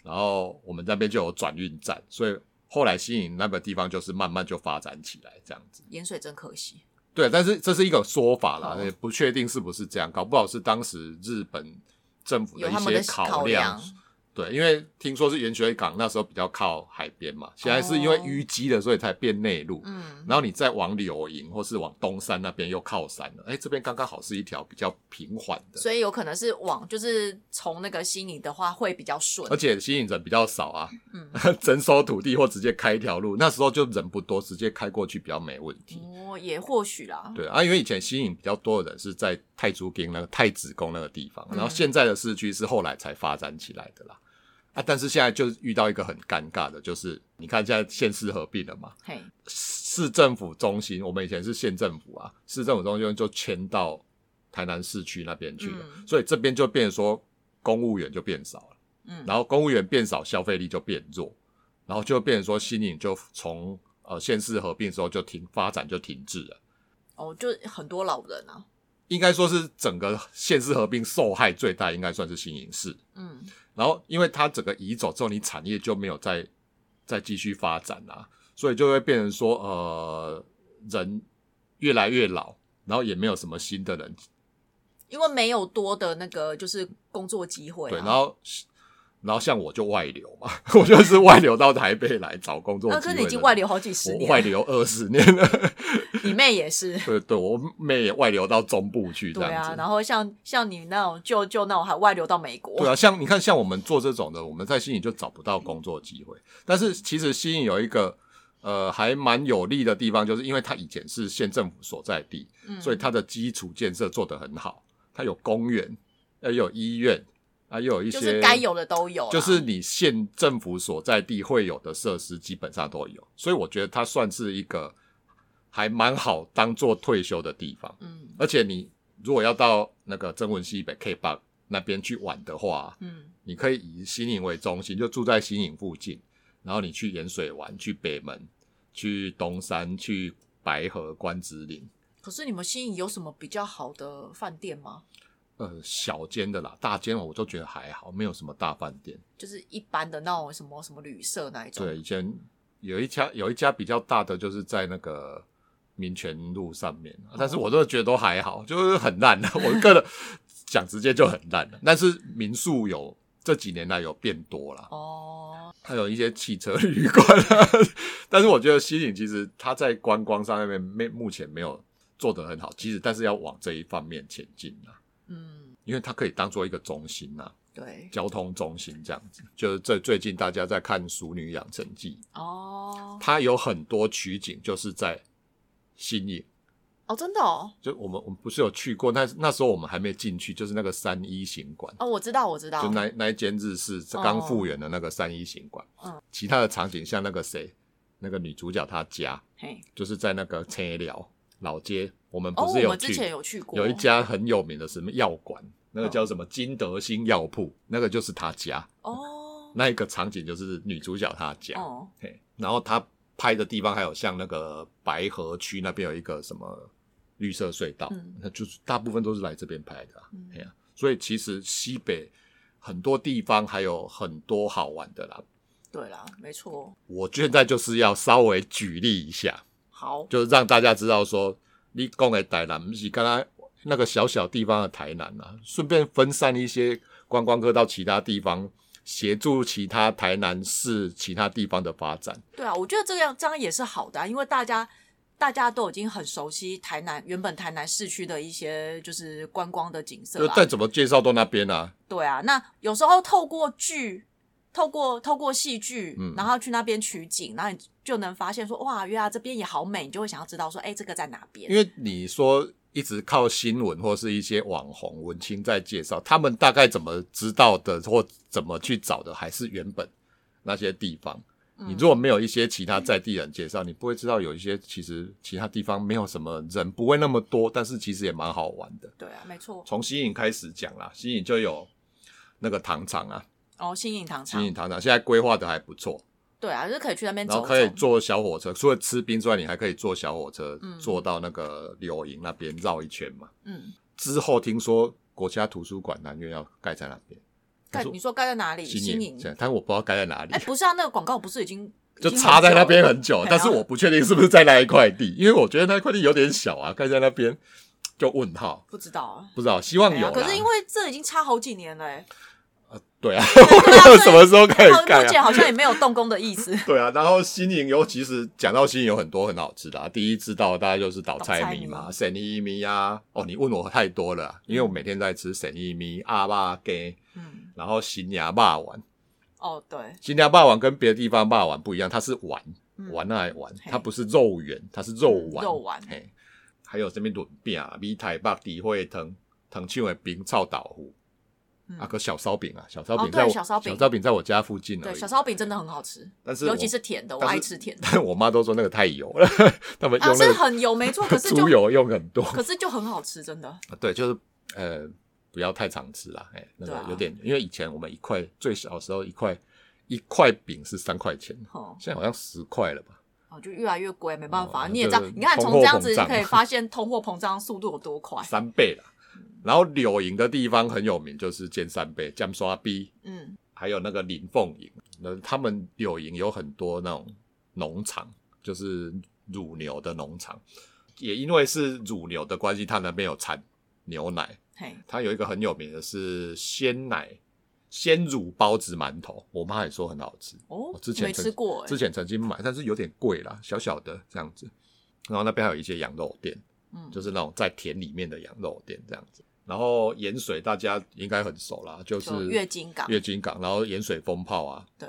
B: 然后我们那边就有转运站，所以后来西营那个地方就是慢慢就发展起来这样子。
A: 盐水真可惜，
B: 对，但是这是一个说法啦，
A: 哦
B: 也不确定是不是这样，搞不好是当时日本政府
A: 有
B: 一
A: 他们
B: 些
A: 的考
B: 量
A: 量。，
B: 对，因为听说是盐水港那时候比较靠海边嘛，现在是因为淤积了，所以才变内陆。
A: 哦嗯，
B: 然后你再往柳营或是往东山那边又靠山了，哎，这边刚刚好是一条比较平缓的，
A: 所以有可能是往就是从那个悉尼的话会比较顺
B: 而，且吸引人比较少啊，
A: 嗯，
B: 征收土地或直接开一条路，那时候就人不多，直接开过去比较没问题。
A: 哦，也或许啦，
B: 对啊，因为以前吸引比较多的人是在太祖宫那个太子宫那个地方，
A: 嗯
B: 然后现在的市区是后来才发展起来的啦。啊，但是现在就遇到一个很尴尬的，就是你看现在县市合并了嘛，
A: 嘿，
B: 市政府中心，我们以前是县政府啊，市政府中心就迁到台南市区那边去了，
A: 嗯
B: 所以这边就变成说公务员就变少了，
A: 嗯
B: 然后公务员变少，消费力就变弱，然后就变成说新颖就从呃县市合并之后就停发展就停滞了。
A: 哦，就很多老人啊，
B: 应该说是整个县市合并受害最大，应该算是新营市。
A: 嗯
B: 然后，因为它整个移走之后，你产业就没有再再继续发展啦、所以就会变成说，呃，人越来越老，然后也没有什么新的人，
A: 因为没有多的那个就是工作机会、啊，
B: 对，然后然后像我就外流嘛， 我就是外流到台北来找工作
A: 那、哦可
B: 机会的人。
A: 是你已经外流好几十
B: 我
A: 年，
B: 外流二十年了，
A: 你妹也是。
B: 对对，我妹也外流到中部 去，这
A: 对
B: 样子。
A: 啊，然后像像你那种舅舅那种还外流到美国，
B: 对啊，像你看，像我们做这种的，我们在新颖就找不到工作机会。但是其实新颖有一个呃还蛮有利的地方，就是因为它以前是县政府所在地，
A: 嗯
B: 所以它的基础建设做得很好。它有公园，呃，有医院，啊，又有一些
A: 就是该有的都有啦，
B: 就是你县政府所在地会有的设施基本上都有。所以我觉得它算是一个还蛮好当做退休的地方。
A: 嗯
B: 而且你如果要到那个曾文西北 K 坝那边去玩的话，
A: 嗯
B: 你可以以新营为中心，就住在新营附近，然后你去盐水玩，去北门，去东山，去白河、关子岭，
A: 可是你们新营有什么比较好的饭店吗？
B: 呃，小间的啦，大间我都觉得还好，没有什么大饭店。
A: 就是一般的那种什么什么旅社那一种，
B: 对，以前有一家有一家比较大的，就是在那个民权路上面，啊但是我都觉得都还好，就是很烂的。我个人讲直接就很烂了，但是民宿有这几年来有变多了。
A: 哦，
B: 还有一些汽车旅馆啊， 但是我觉得西岭其实它在观光上面没目前没有做得很好，其实但是要往这一方面前进啊，
A: 嗯，
B: 因为它可以当做一个中心啊，
A: 对，
B: 交通中心这样子。就是最最近大家在看《熟女养成记》，
A: 哦
B: 它有很多取景就是在新颖，
A: 哦哦，真的哦，
B: 就我们我们不是有去过，那那时候我们还没进去，就是那个三一行馆，
A: 哦，我知道，我知道
B: 就，那那一间日式刚复原的那个三一行馆。
A: 嗯
B: 其他的场景像那个谁，那个女主角她家
A: 嘿，
B: 就是在那个车寮老街，我们
A: 哦，
B: 不
A: 我
B: 是有
A: 们之
B: 去、
A: 前有去过，嗯
B: 有一家很有名的什么药馆，那个叫什么金德兴药铺，那个就是她家。
A: 哦，
B: 那一个场景就是女主角她家，
A: 哦，
B: 嘿，然后她拍的地方还有像那个白河区那边有一个什么绿色隧道，
A: 嗯
B: 那就是大部分都是来这边拍的、啊，
A: 嗯
B: 哎呀、所以其实西北很多地方还有很多好玩的啦。
A: 对啦，没错，哦
B: 我现在就是要稍微举例一下，
A: 好，
B: 就是让大家知道说，你讲的台南不是刚刚那个小小地方的台南啊，顺便分散一些观光客到其他地方，协助其他台南市其他地方的发展。
A: 对啊，我觉得这样这样也是好的、啊，因为大家大家都已经很熟悉台南原本台南市区的一些就是观光的景色
B: 就
A: 啦。
B: 再怎么介绍到那边啊，
A: 对啊，那有时候透过剧，透过透过戏剧，
B: 嗯
A: 然后去那边取景，然后你就能发现说，哇，原来这边也好美，你就会想要知道说，哎、这个在哪边
B: 因？为你说一直靠新闻或是一些网红文青在介绍，他们大概怎么知道的或怎么去找的，还是原本那些地方。
A: 嗯
B: 你如果没有一些其他在地人介绍，你不会知道有一些其实其他地方没有什么人，不会那么多，但是其实也蛮好玩的。
A: 对啊，没错。
B: 从西影开始讲啦，西影就有那个糖厂啊，
A: 哦，新颖糖
B: 西
A: 厂
B: 影，糖厂现在规划的还不错，
A: 对啊，就是可以去那边
B: 然
A: 走
B: 后
A: 走。
B: 可以坐小火车，除了吃冰之外，你还可以坐小火车、
A: 嗯
B: 坐到那个柳营那边绕一圈嘛。
A: 嗯，
B: 之后听说国家图书馆南院要盖在那边，
A: 盖
B: 可是
A: 你说盖在哪里？
B: 新
A: 新
B: 营
A: 颖，，
B: 对但我不知道盖在哪里
A: 哎、，不是啊，那个广告不是已经
B: 就插在那边很
A: 已经
B: 久
A: 了，
B: 但是我不确定是不是在那一块地，因为我觉得那块地有点小啊，盖在那边就问号，
A: 不知道啊。
B: 不知道，希望
A: 哎
B: 有
A: 呀
B: 啦。
A: 可是因为这已经差好几年了、欸，
B: 对啊，
A: 对啊
B: 什么时候开
A: 然后
B: 始盖
A: 目前
B: 啊？
A: 好像也没有动工的意 思。
B: 对啊，然后新营尤其是讲到新营有很多很好吃的、啊，第一知道大家就是倒菜米嘛，
A: 倒
B: 沈一米啊，哦，你问我太多了啊，因为我每天在吃沈一米、阿爸给，
A: 嗯，
B: 然后新牙霸丸，
A: 哦，对，
B: 新牙霸丸跟别的地方霸丸不一样，它是丸，
A: 嗯
B: 丸那丸，
A: 嘿
B: 它不是肉圆，它是肉丸，
A: 嗯肉丸
B: 嘿，还有这边轮饼啊，米台北底会藤藤庆的冰臭豆腐，
A: 嗯
B: 啊，个小烧饼啊，小烧
A: 哦
B: 饼
A: 对
B: 在我、
A: 小烧饼
B: 在我家附近而
A: 对，
B: 已
A: 小烧饼真的很好吃，
B: 但是我
A: 尤其是甜的，我
B: 但是
A: 爱吃甜的。
B: 但我妈都说那个太油了， 他们
A: 啊，
B: 用
A: 是
B: 那
A: 很油，没 错，可
B: 个
A: 是就
B: 猪油用很多，
A: 可是就很好吃，真的。
B: 对，就是呃不要太常吃啦，哎、那
A: 对
B: 个
A: 啊
B: 有点，因为以前我们一块最小的时候一块一块饼是三块钱，
A: 哦，
B: 现在好像十块了吧？
A: 哦就越来越贵，没办法，
B: 哦
A: 你也知道
B: 就是，
A: 你看
B: 通
A: 从
B: 货
A: 这样子
B: 膨胀
A: 可以发现通货膨胀速度有多快。
B: 三倍啦。然后柳营的地方很有名，就是尖三倍、尖刷逼，
A: 嗯，
B: 还有那个林凤营。那他们柳营有很多那种农场，就是乳牛的农场。也因为是乳牛的关系，它那边有产牛奶。
A: 嘿，
B: 它有一个很有名的是鲜奶鲜乳包子馒头，我妈也说很好吃。
A: 哦
B: 我，之前
A: 没
B: 曾
A: 吃过，
B: 之
A: 哎，
B: 前曾经买，但是有点贵啦，小小的这样子。然后那边还有一些羊肉店，
A: 嗯，
B: 就是那种在田里面的羊肉店这样子。然后盐水大家应该很熟啦，就是
A: 就月经港，
B: 月经港，然后盐水风炮啊，
A: 对。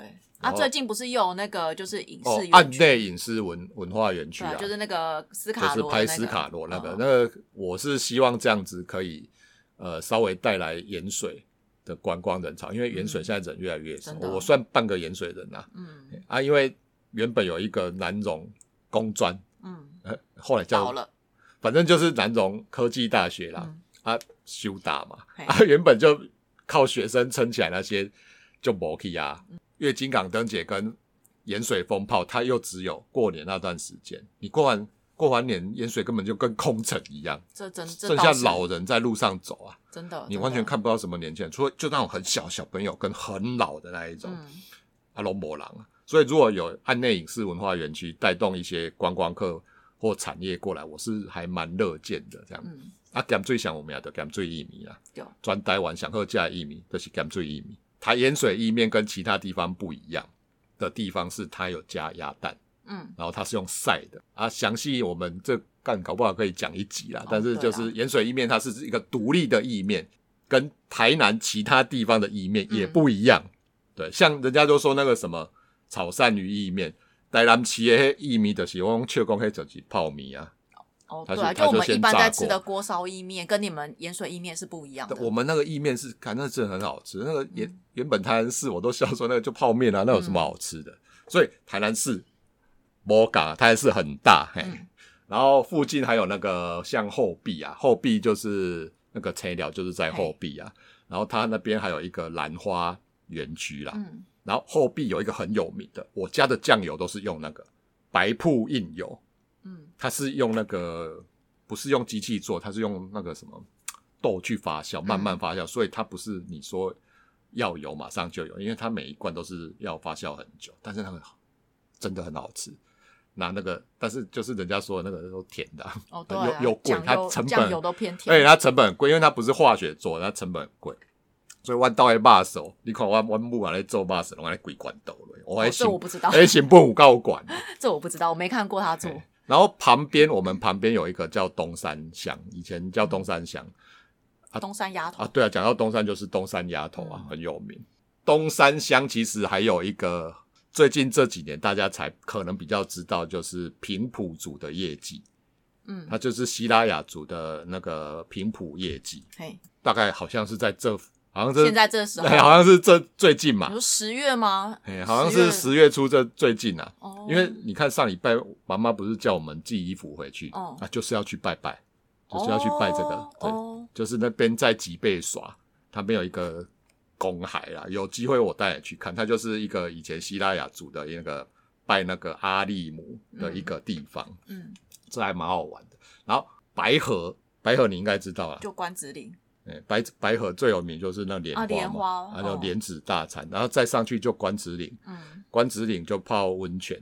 A: 啊，
B: 然后
A: 最近不是又有那个就是影
B: 哦
A: 视，
B: 岸
A: 园区，
B: 内影视文文化园区
A: 对啊，就是那个斯
B: 就
A: 卡
B: 是
A: 罗的那
B: 拍
A: 个，
B: 斯卡罗那个，
A: 嗯
B: 那个我是希望这样子可以呃稍微带来盐水的观光人潮，因为盐水
A: 嗯
B: 现在人越来越少，
A: 真的哦
B: 我算半个盐水人啊
A: 嗯
B: 啊，因为原本有一个南荣工专，
A: 嗯，
B: 呃后来
A: 倒
B: 叫
A: 了，
B: 反正就是南荣科技大学啦，
A: 嗯，
B: 啊修打嘛，
A: 嘿
B: 啊原本就靠学生撑起来那些就没去啊。
A: 嗯
B: 月经港灯节跟盐水风炮，它又只有过年那段时间，你过完过完年，盐水根本就跟空城一样，
A: 这真嗯这
B: 剩
A: 倒
B: 下
A: 是
B: 老人在路上走啊，
A: 真的，
B: 你
A: 真
B: 完全
A: 的哦
B: 看不到什么年轻人，除了就那种很小小朋友跟很老的那一种
A: 嗯
B: 阿龙博狼啊。所以如果有案内影视文化园区带动一些观光客或产业过来，我是还蛮乐见的这样。
A: 嗯，
B: 啊，咸水上有名就咸水薏米啦
A: 对，
B: 全台湾上好食的薏米就是咸水薏米。它盐水意面跟其他地方不一样的地方是它有加鸭蛋，
A: 嗯，
B: 然后它是用晒的啊。详细我们这干搞不好可以讲一集啦，
A: 哦
B: 但是就是盐水意面它是一个独立的意面，跟台南其他地方的意面也不一样。
A: 嗯
B: 对，像人家都说那个什么炒鳝鱼意面，台南市的迄意面就是我讲笑讲迄就是泡面啊。
A: 哦，
B: 它
A: 对
B: 是
A: 啊，
B: 它
A: 就我们
B: 先
A: 一般
B: 炸
A: 在吃
B: 过
A: 的锅烧意面，跟你们盐水意面是不一样的。嗯
B: 我们那个意面是，看那真的很好吃。那个原、原本台南市我都笑说那个就泡面啊，那有什么好吃的？所以台南市，摩港台南市很大，嘿，
A: 嗯
B: 然后附近还有那个像后壁啊，后壁就是那个材料就是在后壁啊，然后它那边还有一个兰花园区啦，
A: 嗯，
B: 然后后壁有一个很有名的，我家的酱油都是用那个白瀑印油，
A: 嗯，
B: 它是用那个不是用机器做，它是用那个什么豆去发酵，慢慢发酵，
A: 嗯
B: 所以它不是你说要有马上就有，因为它每一罐都是要发酵很久，但是那个真的很好吃。拿那个，但是就是人家说的那个都甜的啊、
A: 哦，对啊，
B: 又又贵
A: 酱
B: 它
A: 油
B: 成本
A: 酱油都偏
B: 而且
A: 甜。
B: 它成本很贵，因为它不是化学做的，它成本很贵。所以我到的肉手，你看我我母啊来做肉手，我来鬼管斗了，我还
A: 哦
B: 行
A: 这我，不知道，
B: 还哎行不有够管。
A: 这我不知道，我没看过他做。
B: 嘿然后旁边我们旁边有一个叫东山乡，以前叫东山乡
A: 东山鸭头
B: 啊，对啊，讲到东山就是东山鸭头啊
A: 嗯，
B: 很有名。东山乡其实还有一个最近这几年大家才可能比较知道，就是平埔族的业绩，
A: 嗯，
B: 它就是希拉雅族的那个平埔业绩。
A: 嘿，
B: 大概好像是在这，好像是
A: 现在这时候
B: 哎，好像是这最近
A: 你
B: 嘛，
A: 说十月吗？
B: 哎，好像是
A: 月
B: 十月初这最近啊。
A: 哦，
B: 因为你看上礼拜妈妈不是叫我们寄衣服回去、
A: 哦
B: 啊，就是要去拜拜，就是要去拜这个，
A: 哦
B: 对，
A: 哦
B: 就是那边在吉贝耍，他们有一个公海啦，有机会我带你去看，它就是一个以前希腊雅族的那个拜那个阿利姆的一个地方，
A: 嗯，
B: 这还蛮好玩的。然后白河，白河你应该知道啦，啊
A: 就关子岭，
B: 哎，白白河最有名就是那莲花
A: 啊
B: 嘛，
A: 莲花
B: 还有
A: 哦
B: 莲子大餐，然后再上去就关子岭，
A: 嗯，
B: 关子岭就泡温泉，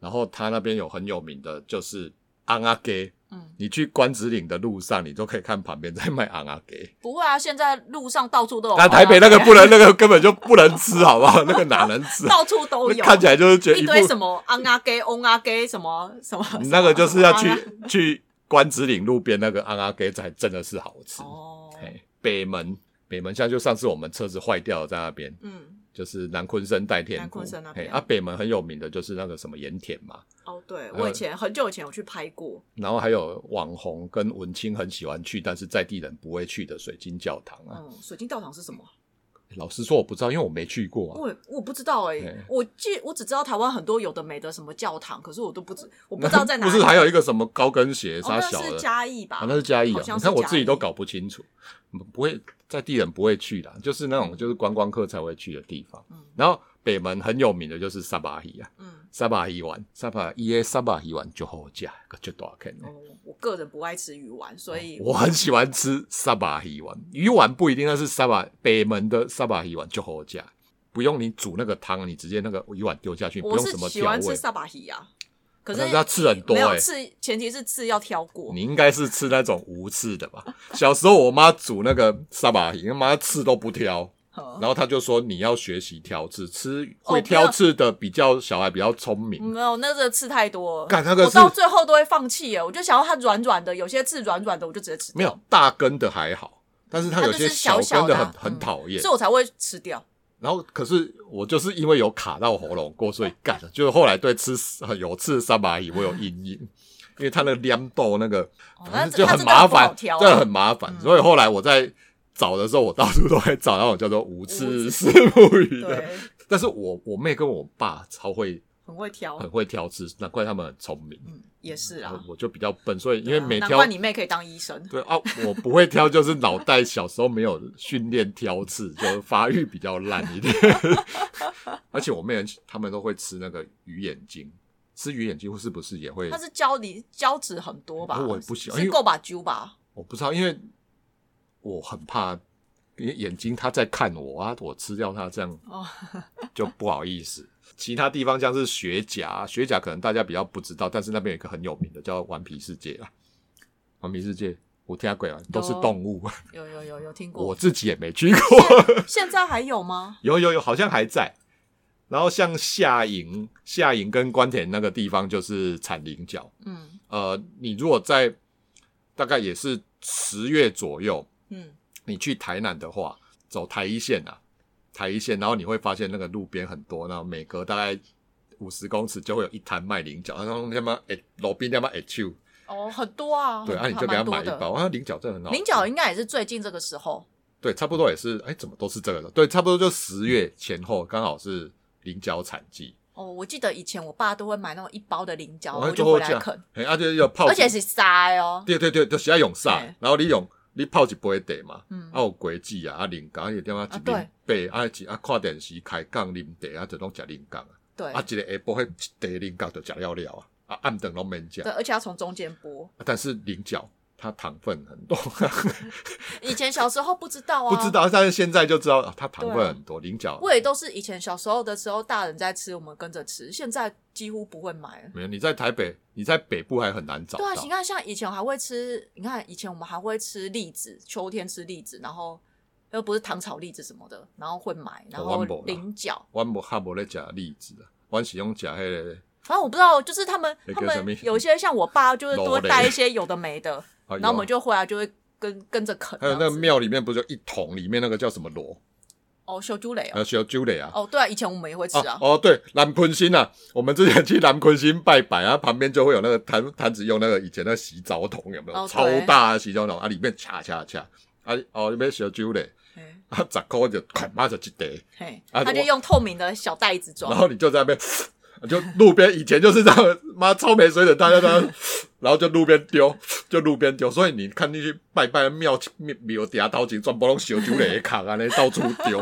B: 然后它那边有很有名的就是昂阿给，
A: 嗯，
B: 你去关子岭的路上，你都可以看旁边在卖昂阿给，
A: 不会啊，现在路上到处都有。
B: 但台北那个不能，那个根本就不能吃，好不好？那个哪能 吃？
A: 到处都
B: 那
A: 有，
B: 看起来就是觉得
A: 一
B: 一
A: 堆什
B: 副
A: 么昂啊 gay、翁啊 gay 什么什么，
B: 那个就是要
A: 什么
B: 去 去关子岭路边那个昂阿给才真的是好吃。
A: 哦，
B: 嘿，北门北门像就上次我们车子坏掉了在那边，
A: 嗯，
B: 就是南昆生代天
A: 南昆生那边
B: 嘿啊，北门很有名的就是那个什么盐田嘛，
A: 哦，对
B: 还有
A: 我以前很久以前有去拍过，
B: 然后还有网红跟文青很喜欢去，但是在地人不会去的水晶教堂啊。
A: 嗯，水晶教堂是什么？嗯
B: 老实说我不知道，因为我没去过啊。
A: 我也我不知道哎、
B: 嘿
A: 我记我只知道台湾很多有的没的什么教堂，可是我都不知 我不知道在哪
B: 不
A: 里。
B: 是还有一个什么高跟鞋
A: 哦，
B: 啥
A: 那
B: 小
A: 是
B: 的，
A: 嘉义吧？
B: 啊那是嘉义
A: 好
B: 啊。
A: 像
B: 你
A: 是
B: 看我
A: 嘉
B: 自己都
A: 义
B: 搞不清楚，不会在地人不会去啦，就是那种就是观光客才会去的地方。
A: 嗯
B: 然后北门很有名的就是沙巴伊啊，
A: 嗯，
B: 沙巴伊丸，沙巴伊的沙巴伊丸就好吃，个就大坑的。
A: 哦，我个人不爱吃鱼丸，所以
B: 哦我很喜欢吃沙巴鱼丸，鱼丸不一定，但是沙巴北门的沙巴鱼丸就好吃，不用你煮那个汤，你直接那个鱼丸丢下去，不
A: 我
B: 用
A: 是
B: 什么
A: 喜
B: 调
A: 欢吃
B: 味。
A: 萨巴希呀，可
B: 但
A: 是
B: 是它刺很多
A: 没有
B: 欸
A: 刺，前提是刺要挑过
B: 你。应该是吃那种无刺的 吧？小时候我妈煮那个沙巴鱼，妈刺都不挑，
A: 呵
B: 然后她就说你要学习挑刺，吃
A: 哦
B: 会
A: 不嗯要
B: 挑刺的比较小孩比较聪明。
A: 没有，那个刺太多了，
B: 干那个
A: 我
B: 是
A: 到最后都会放弃了。我就想要它软软的，有些刺软软的，我就直接吃掉。
B: 没有大根的还好，但是它
A: 它
B: 有
A: 就
B: 些
A: 是小
B: 根
A: 小的
B: 的
A: 啊
B: 很
A: 嗯
B: 很讨厌
A: 所以。我才会吃掉。
B: 然后可是我就是因为有卡到喉咙过，所以干了。就是后来对吃很有刺三蚂蚁我有阴影，因为它那个凉豆那个，
A: 哦那
B: 反正就
A: 它
B: 很
A: 真的
B: 麻
A: 不好
B: 烦，
A: 挑啊
B: 真的很麻烦。所以后来我在找的时候，我到处都会找那种叫做无刺丝木鱼的。
A: 对，
B: 但是我我妹跟我爸超会
A: 很会挑，
B: 很会挑刺，难怪他们很聪明。
A: 嗯，也是啊。
B: 我就比较笨，所以因
A: 对
B: 为
A: 啊
B: 每
A: 难
B: 挑
A: 怪你妹可以当医生。
B: 对啊，我不会挑，就是脑袋小时候没有训练挑刺，就是发育比较烂一点。 而且我妹很喜他们都会吃那个鱼眼睛，吃鱼眼睛是不是也会
A: 它？是胶里胶质很多吧？
B: 我也不喜欢
A: 是
B: 因为
A: 够把揪吧？
B: 我不知道，因为我很怕，因为眼睛它在看我啊，我吃掉它这样
A: 哦，
B: 就不好意思。其他地方像是雪甲，雪甲可能大家比较不知道，但是那边有一个很有名的叫顽皮世界啦。啊顽皮世界，我听过啊，都是
A: 有
B: 动物，
A: 有有有有听
B: 我
A: 过。
B: 自己也没去过。
A: 现在还有吗？
B: 有有有，好像还在。然后像下营、下营跟关田那个地方就是产菱角。
A: 嗯
B: 呃，你如果在大概也是十月左右，
A: 嗯，
B: 你去台南的话，走台一线啊，台一线，然后你会发现那个路边很多，然后每欸隔大概五十公尺就会有一摊卖菱角，然后他妈哎，路边他妈哎就
A: 哦，很多啊，
B: 对，啊，
A: 很
B: 你就给
A: 蛮
B: 他
A: 多
B: 买一
A: 的
B: 包啊，菱角真的很好吃，
A: 菱角应该也是最近这个时候，
B: 对，差不多也是，哎，怎么都是这个的？对，差不多就十月前后，刚好是菱角产季，
A: 哦，我记得以前我爸都会买那种一包的菱角，
B: 哦
A: 我
B: 那
A: 就
B: 最
A: 回
B: 后
A: 来
B: 价
A: 啃，
B: 哎，啊，就是要泡，
A: 而且，是沙的哦。
B: 对对对，就是要用晒
A: 嘿，
B: 然后你用你泡一杯茶嘛，
A: 嗯
B: 啊有果子啊，啊菱角，啊一点啊
A: 啊
B: 一面白，啊一啊看电视开讲啉茶，啊就拢食菱角啊，
A: 对
B: 啊一个下晡迄一茶菱角就食了了啊，啊暗顿拢免食，
A: 对，
B: 啊
A: 而且要从中间剥。
B: 但是菱角它糖分很多，
A: 以前小时候不知道啊，
B: 不知。道，但是现在就知道啊它糖
A: 对啊
B: 分很多，菱角
A: 我也都是以前小时候的时候，大人在吃，我们跟着吃，现在几乎不会买了。
B: 没有，你在台北，你在北部还很难找
A: 对啊，
B: 到。
A: 你看像以前我还会吃，你看以前我们还会吃栗子，秋天吃栗子，然后又不是糖炒栗子什么的，然后会买，然后
B: 我哦没啦
A: 菱角，
B: 我无较无咧食栗子啊，我是用食迄个
A: 反正我不知道，就是他们
B: 那
A: 他
B: 个什么
A: 们有些像我爸，就是都会
B: 肉类
A: 带一些有的没的，
B: 啊，
A: 然后我们
B: 就
A: 就回来就会跟跟着啃这
B: 啊还有
A: 样
B: 那
A: 子。
B: 个庙里面不是有一桶里面那个叫什么螺，
A: 哦，修猪雷
B: 还
A: 哦，
B: 有小酒类啊。
A: 哦对啊，以前我们也会吃啊，
B: 哦，对，南昆新啊，我们之前去南昆新拜拜啊，旁边就会有那个坛坛子，用那个以前那个洗澡桶有没有？
A: 哦对
B: 超大的洗澡桶啊，里面恰恰恰啊，哦，里面小酒类
A: 嘿
B: 啊，十块就捆嘛就一袋，
A: 嘿，
B: 啊
A: 他就
B: 我
A: 用透明的小袋子装
B: 然，后你就在那边，就路边以前就是这样，妈超没水准，大家都要，然后就路边丢，就路边丢。所以你看进去拜拜庙庙庙底下刀钱，全部拢小酒雷扛啊，那到处丢。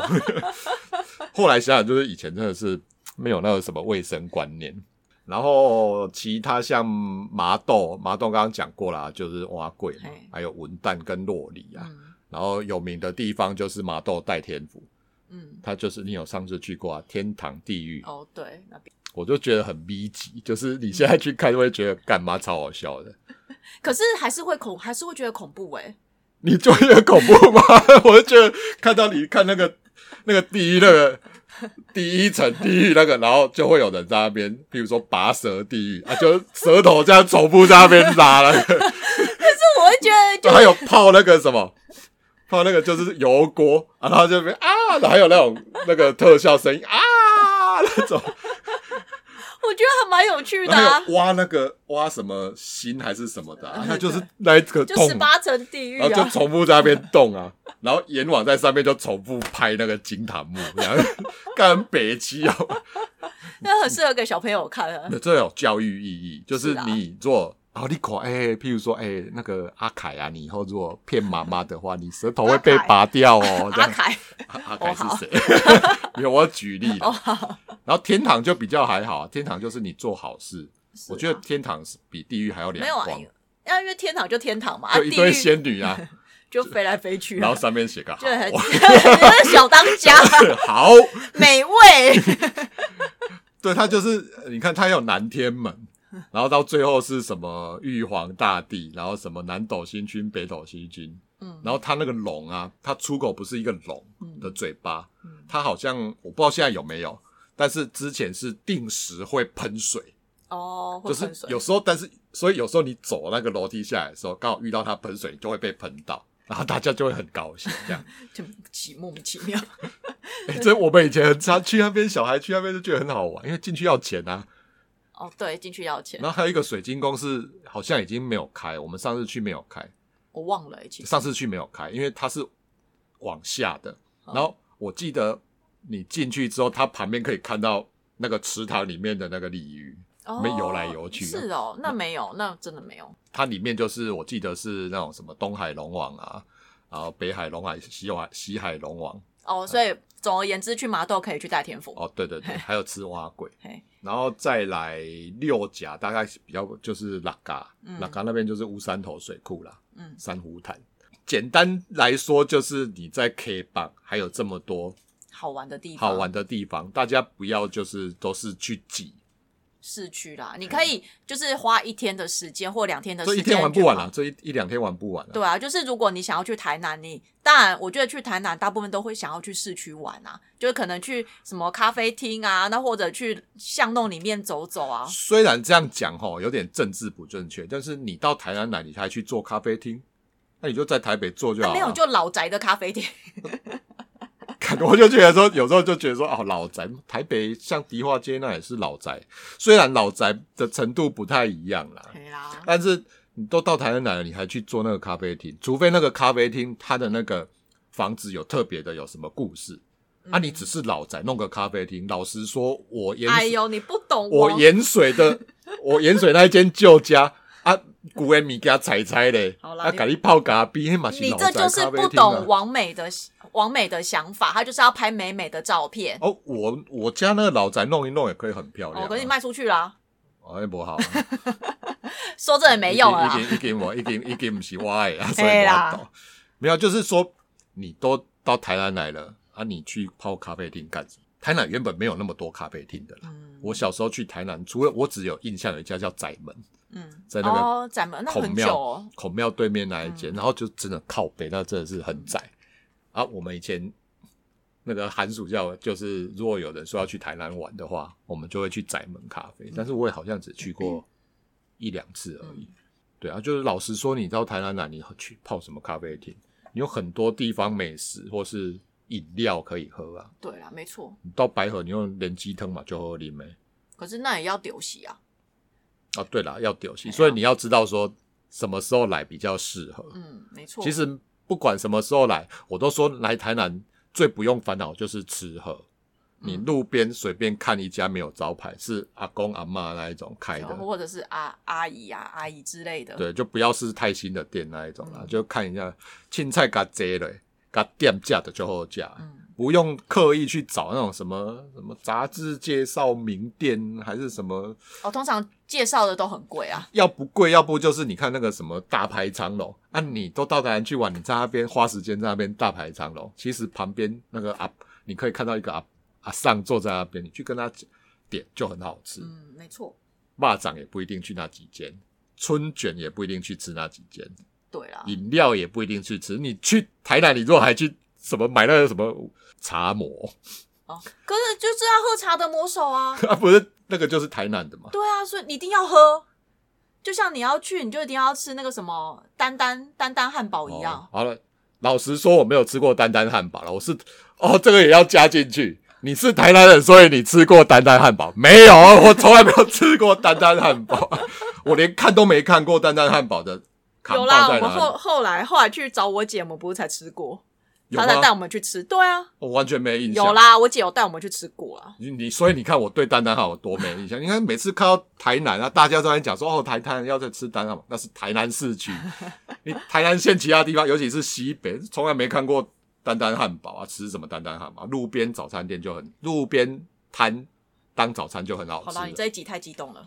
B: 后来想想，就是以前真的是没有那个什么卫生观念。然后其他像麻豆，麻豆刚刚讲过啦，就是蛙桂嘛
A: 嘿，
B: 还有文旦跟洛里啊。
A: 嗯
B: 然后有名的地方就是麻豆代天府，
A: 嗯，
B: 它就是你有上次去过啊，天堂地狱
A: 哦对，那边
B: 我就觉得很逼急，就是你现在去看会觉得干嘛超好笑的，
A: 可是还是会恐，还是会觉得恐怖 哎、
B: 你就觉得恐怖吗？ 我就觉得看到你看那个那个地狱那个第一层地狱那个，然后就会有人在那边，比如说拔舌地狱啊，就舌头这样重复在那边拉了，
A: 我 会觉得就
B: 还有泡那个什么。泡那个就是油锅啊，然后就被啊，然后还有那种那个特效声音啊，那种，
A: 我觉得还蛮有趣的、
B: 然后
A: 啊
B: 还，有挖那个挖什么心还是什么 的、啊，它就是那一个
A: 就
B: 洞
A: 十八层地狱
B: 然后就
A: 啊，
B: 重复在那边动啊，然后阎王在上面就重复拍那个金塔木，然后干北七哦，
A: 那很适合给小朋友看啊。
B: 这有教育意义，就是
A: 是啊
B: 你做。然后你口哎、譬如说哎、那个阿凯啊，你以后如果骗妈妈的话，你舌头会被拔掉哦。这
A: 阿
B: 样
A: 凯，
B: 阿阿凯哦是谁？ 没有，我举例的。然后天堂就比较还好，啊天堂就是你做好事，我觉得天堂是啊比地狱还要
A: 啊没
B: 两
A: 有啊
B: 光，，
A: 因为天堂就天堂嘛，啊，
B: 就一
A: 地
B: 堆
A: 狱
B: 仙女啊，
A: 就飞来飞去
B: 然
A: 啊
B: 后，上面写个好啊
A: 就，很你是小当家，
B: 好。
A: 美 味。
B: 对他就是，呃你看他有南天 门，然后到最后是什么玉皇大帝，然后什么南斗星君、北斗星君，
A: 嗯
B: 然后他那个龙啊，他出口不是一个龙的嘴巴
A: 嗯，
B: 他好像我不知道现在有没有，但是之前是定时会喷水，
A: 哦，会
B: 就
A: 喷
B: 是
A: 水
B: 有时候，但是所以有时候你走那个楼梯下来的时候，刚好遇到他喷水，你就会被喷到。然后大家就会很高兴，这 样。
A: 就奇莫名其妙。
B: 哎、这我们以前很常去那边，小孩去那边就觉得很好玩，因为进去要钱啊。
A: 哦，对，进去要钱，
B: 然后还有一个水晶宫是好像已经没有开，我们上次去没有开，
A: 我忘了，欸其实
B: 上次去没有开，因为它是往下的。
A: 哦
B: 然后我记得你进去之后，它旁边可以看到那个池塘里面的那个鲤鱼，
A: 哦
B: 没游来游去啊嗯的
A: 是哦，那没有，那真的没有。
B: 它里面就是我记得是那种什么东海龙王啊，然后北海龙海、西海西海龙王。
A: 哦，所以总而言之，去麻豆可以去大天府。
B: 嗯哦，对对对，还有吃蛙鬼
A: 嘿，
B: 然后再来六甲，大概是比较就是拉嘎，
A: 嗯
B: 拉嘎那边就是乌山头水库啦，
A: 嗯
B: 珊瑚潭。简单来说，就是你在 K 榜还有这么多
A: 好玩的地方，
B: 好玩的地方，大家不要就是都是去挤，
A: 市区啦，你可以就是花一天的时间或两天的时
B: 这
A: 间，
B: 一天玩不完啊了、。这一一两天玩不完了、
A: 对啊，就是如果你想要去台南，你当然我觉得去台南大部分都会想要去市区玩啊，就是可能去什么咖啡厅啊，那或者去巷弄里面走走啊。
B: 虽然这样讲吼，有点政治不正确，但是你到台南来，你还去做咖啡厅，那你就在台北做就好
A: 啊、
B: 了。
A: 没有，就老宅的咖啡店，
B: 看我就觉得说，有时候就觉得说，哦，老宅，台北像迪化街那也是老宅，虽然老宅的程度不太一样啦，
A: 对啦，啊
B: 但是你都到台南来了，你还去做那个咖啡厅，除非那个咖啡厅它的那个房子有特别的有什么故事。啊，你只是老宅弄个咖啡厅，老实说，我盐
A: 嗯哎
B: 水
A: 呦，你不懂
B: 我盐水的我盐水那一间旧家啊，古埃米给他踩踩嘞，
A: 好啦
B: 啊，
A: 你
B: 给你泡咖啡，嘛啊是
A: 你
B: 老
A: 这
B: 宅
A: 就
B: 咖
A: 是
B: 啡
A: 不
B: 厅啊
A: 懂王美的王美的想法，她就是要拍美美的照片。
B: 哦，我我家那个老宅弄一弄也可以很漂亮、啊。
A: 哦，可是你卖出去啦，
B: 哎，不好，
A: 说这也没用啊了啦
B: 一。斤一斤我一斤一斤不是我的 啊，所以
A: 嘿啦
B: 我懂。没有，就是说你都到台南来了啊，你去泡咖啡厅干什么？台南原本没有那么多咖啡厅的啦。
A: 嗯
B: 我小时候去台南，除了我只有印象有一家叫窄门，
A: 嗯，
B: 在那个
A: 哦，咱们那
B: 孔
A: 很久
B: 庙、
A: 哦，
B: 孔庙对面那一
A: 嗯
B: 间，然后就真的靠北，那真的是很窄啊。我们以前那个寒暑假，就是如果有人说要去台南玩的话，我们就会去窄门咖
A: 嗯
B: 啡，但是我也好像只去过一两次而已。对啊，就是老实说，你到台南来，你去泡什么咖啡厅？你有很多地方美食或是饮料可以喝啊。
A: 对啦，没错。
B: 你到白河，你用连鸡汤嘛就喝啉没？
A: 可是那也要丢席啊，
B: 啊，对啦，要丢
A: 哎
B: 弃，
A: 呀
B: 所以你要知道说什么时候来比较适合。
A: 嗯，没错。
B: 其实不管什么时候来，我都说来台南最不用烦恼就是吃喝。
A: 嗯
B: 你路边随便看一家没有招牌，是阿公阿嬷那一种开
A: 然
B: 的
A: 后，或者是阿阿姨啊、阿姨之类的，
B: 对，就不要是太新的店那一种啦，
A: 嗯
B: 就看一下青菜加济嘞，加店价的就好价，
A: 嗯
B: 不用刻意去找那种什么什么杂志介绍名店，还是什么
A: 哦，通常介绍的都很贵啊。
B: 要不贵，要不就是你看那个什么大排长龙啊，你都到台南去玩，你在那边花时间在那边大排长龙，其实旁边那个阿，你可以看到一个阿阿上坐在那边，你去跟他点就很好吃。
A: 嗯，没错。
B: 蚂蚱也不一定去那几间，春卷也不一定去吃那几间，
A: 对啦，
B: 饮料也不一定去吃。你去台南，你如果还去什么买那个什么茶魔
A: 哦，可是就是要喝茶的魔手啊。
B: 啊，不是那个就是台南的嘛？
A: 对啊，所以你一定要喝，就像你要去，你就一定要吃那个什么丹丹丹丹汉堡一
B: 哦
A: 样。。
B: 好了，老实说，我没有吃过丹丹汉堡了。我是哦，这个也要加进去。你是台南人，所以你吃过丹丹汉堡没有？我从来没有吃过丹丹汉堡， 我连看都没看过丹丹汉堡的扛
A: 有啦，
B: 棒在
A: 我
B: 哪
A: 们后
B: 里。
A: 后来后来去找我姐，我们不是才吃过，
B: 有
A: 她才带
B: 吗？
A: 我们去吃。对啊，
B: 我完全没印象。
A: 有啦，我姐有带我们去吃过啊。
B: 你你所以你看我对丹丹汉堡有多没印象？你看每次看到台南啊，大家都在讲说哦，台台南要在吃丹丹汉堡，那是台南市区。你台南县其他地方，尤其是西北，从来没看过丹丹汉堡啊，吃什么丹丹汉堡？路边早餐店就很，路边摊当早餐就很好
A: 好
B: 吃
A: 啦，你
B: 了。
A: 这一集太激动了。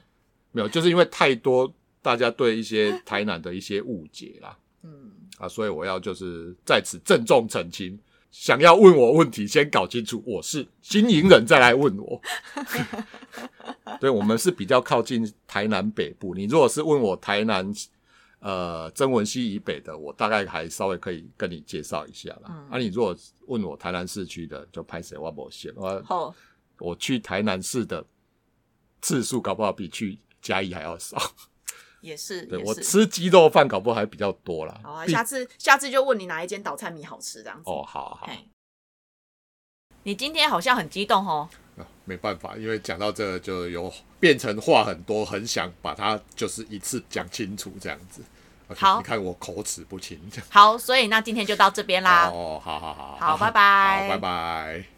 B: 没有，就是因为太多大家对一些台南的一些误解啦
A: 嗯，
B: 啊，所以我要就是在此郑重澄清。想要问我问题，先搞清楚我是新营人，再来 问我。对，我们是比较靠近台南北部。你如果是问我台南，呃，曾文溪以北的，我大概还稍微可以跟你介绍一下啦。
A: 嗯
B: 啊，你如果问我台南市区的，就拍谁我某些，我
A: 好，
B: 我去台南市的次数，搞不好比去嘉义还要少。
A: 也是
B: 对
A: 也
B: 我
A: 是。
B: 吃鸡肉饭，搞不好还比较多啦。
A: 好啊，
B: 毕
A: 下次下次就问你哪一间倒菜米好吃这样子。
B: 哦，好好。
A: 嘿，你今天好像很激动哦。
B: 啊，没办法，因为讲到这就有变成话很多，很想把它就是一次讲清楚这样子。OK，
A: 好
B: 你看我口齿不清。
A: 好，所以那今天就到这边啦。
B: 哦，好好好，
A: 好拜
B: 好
A: 拜
B: 拜拜。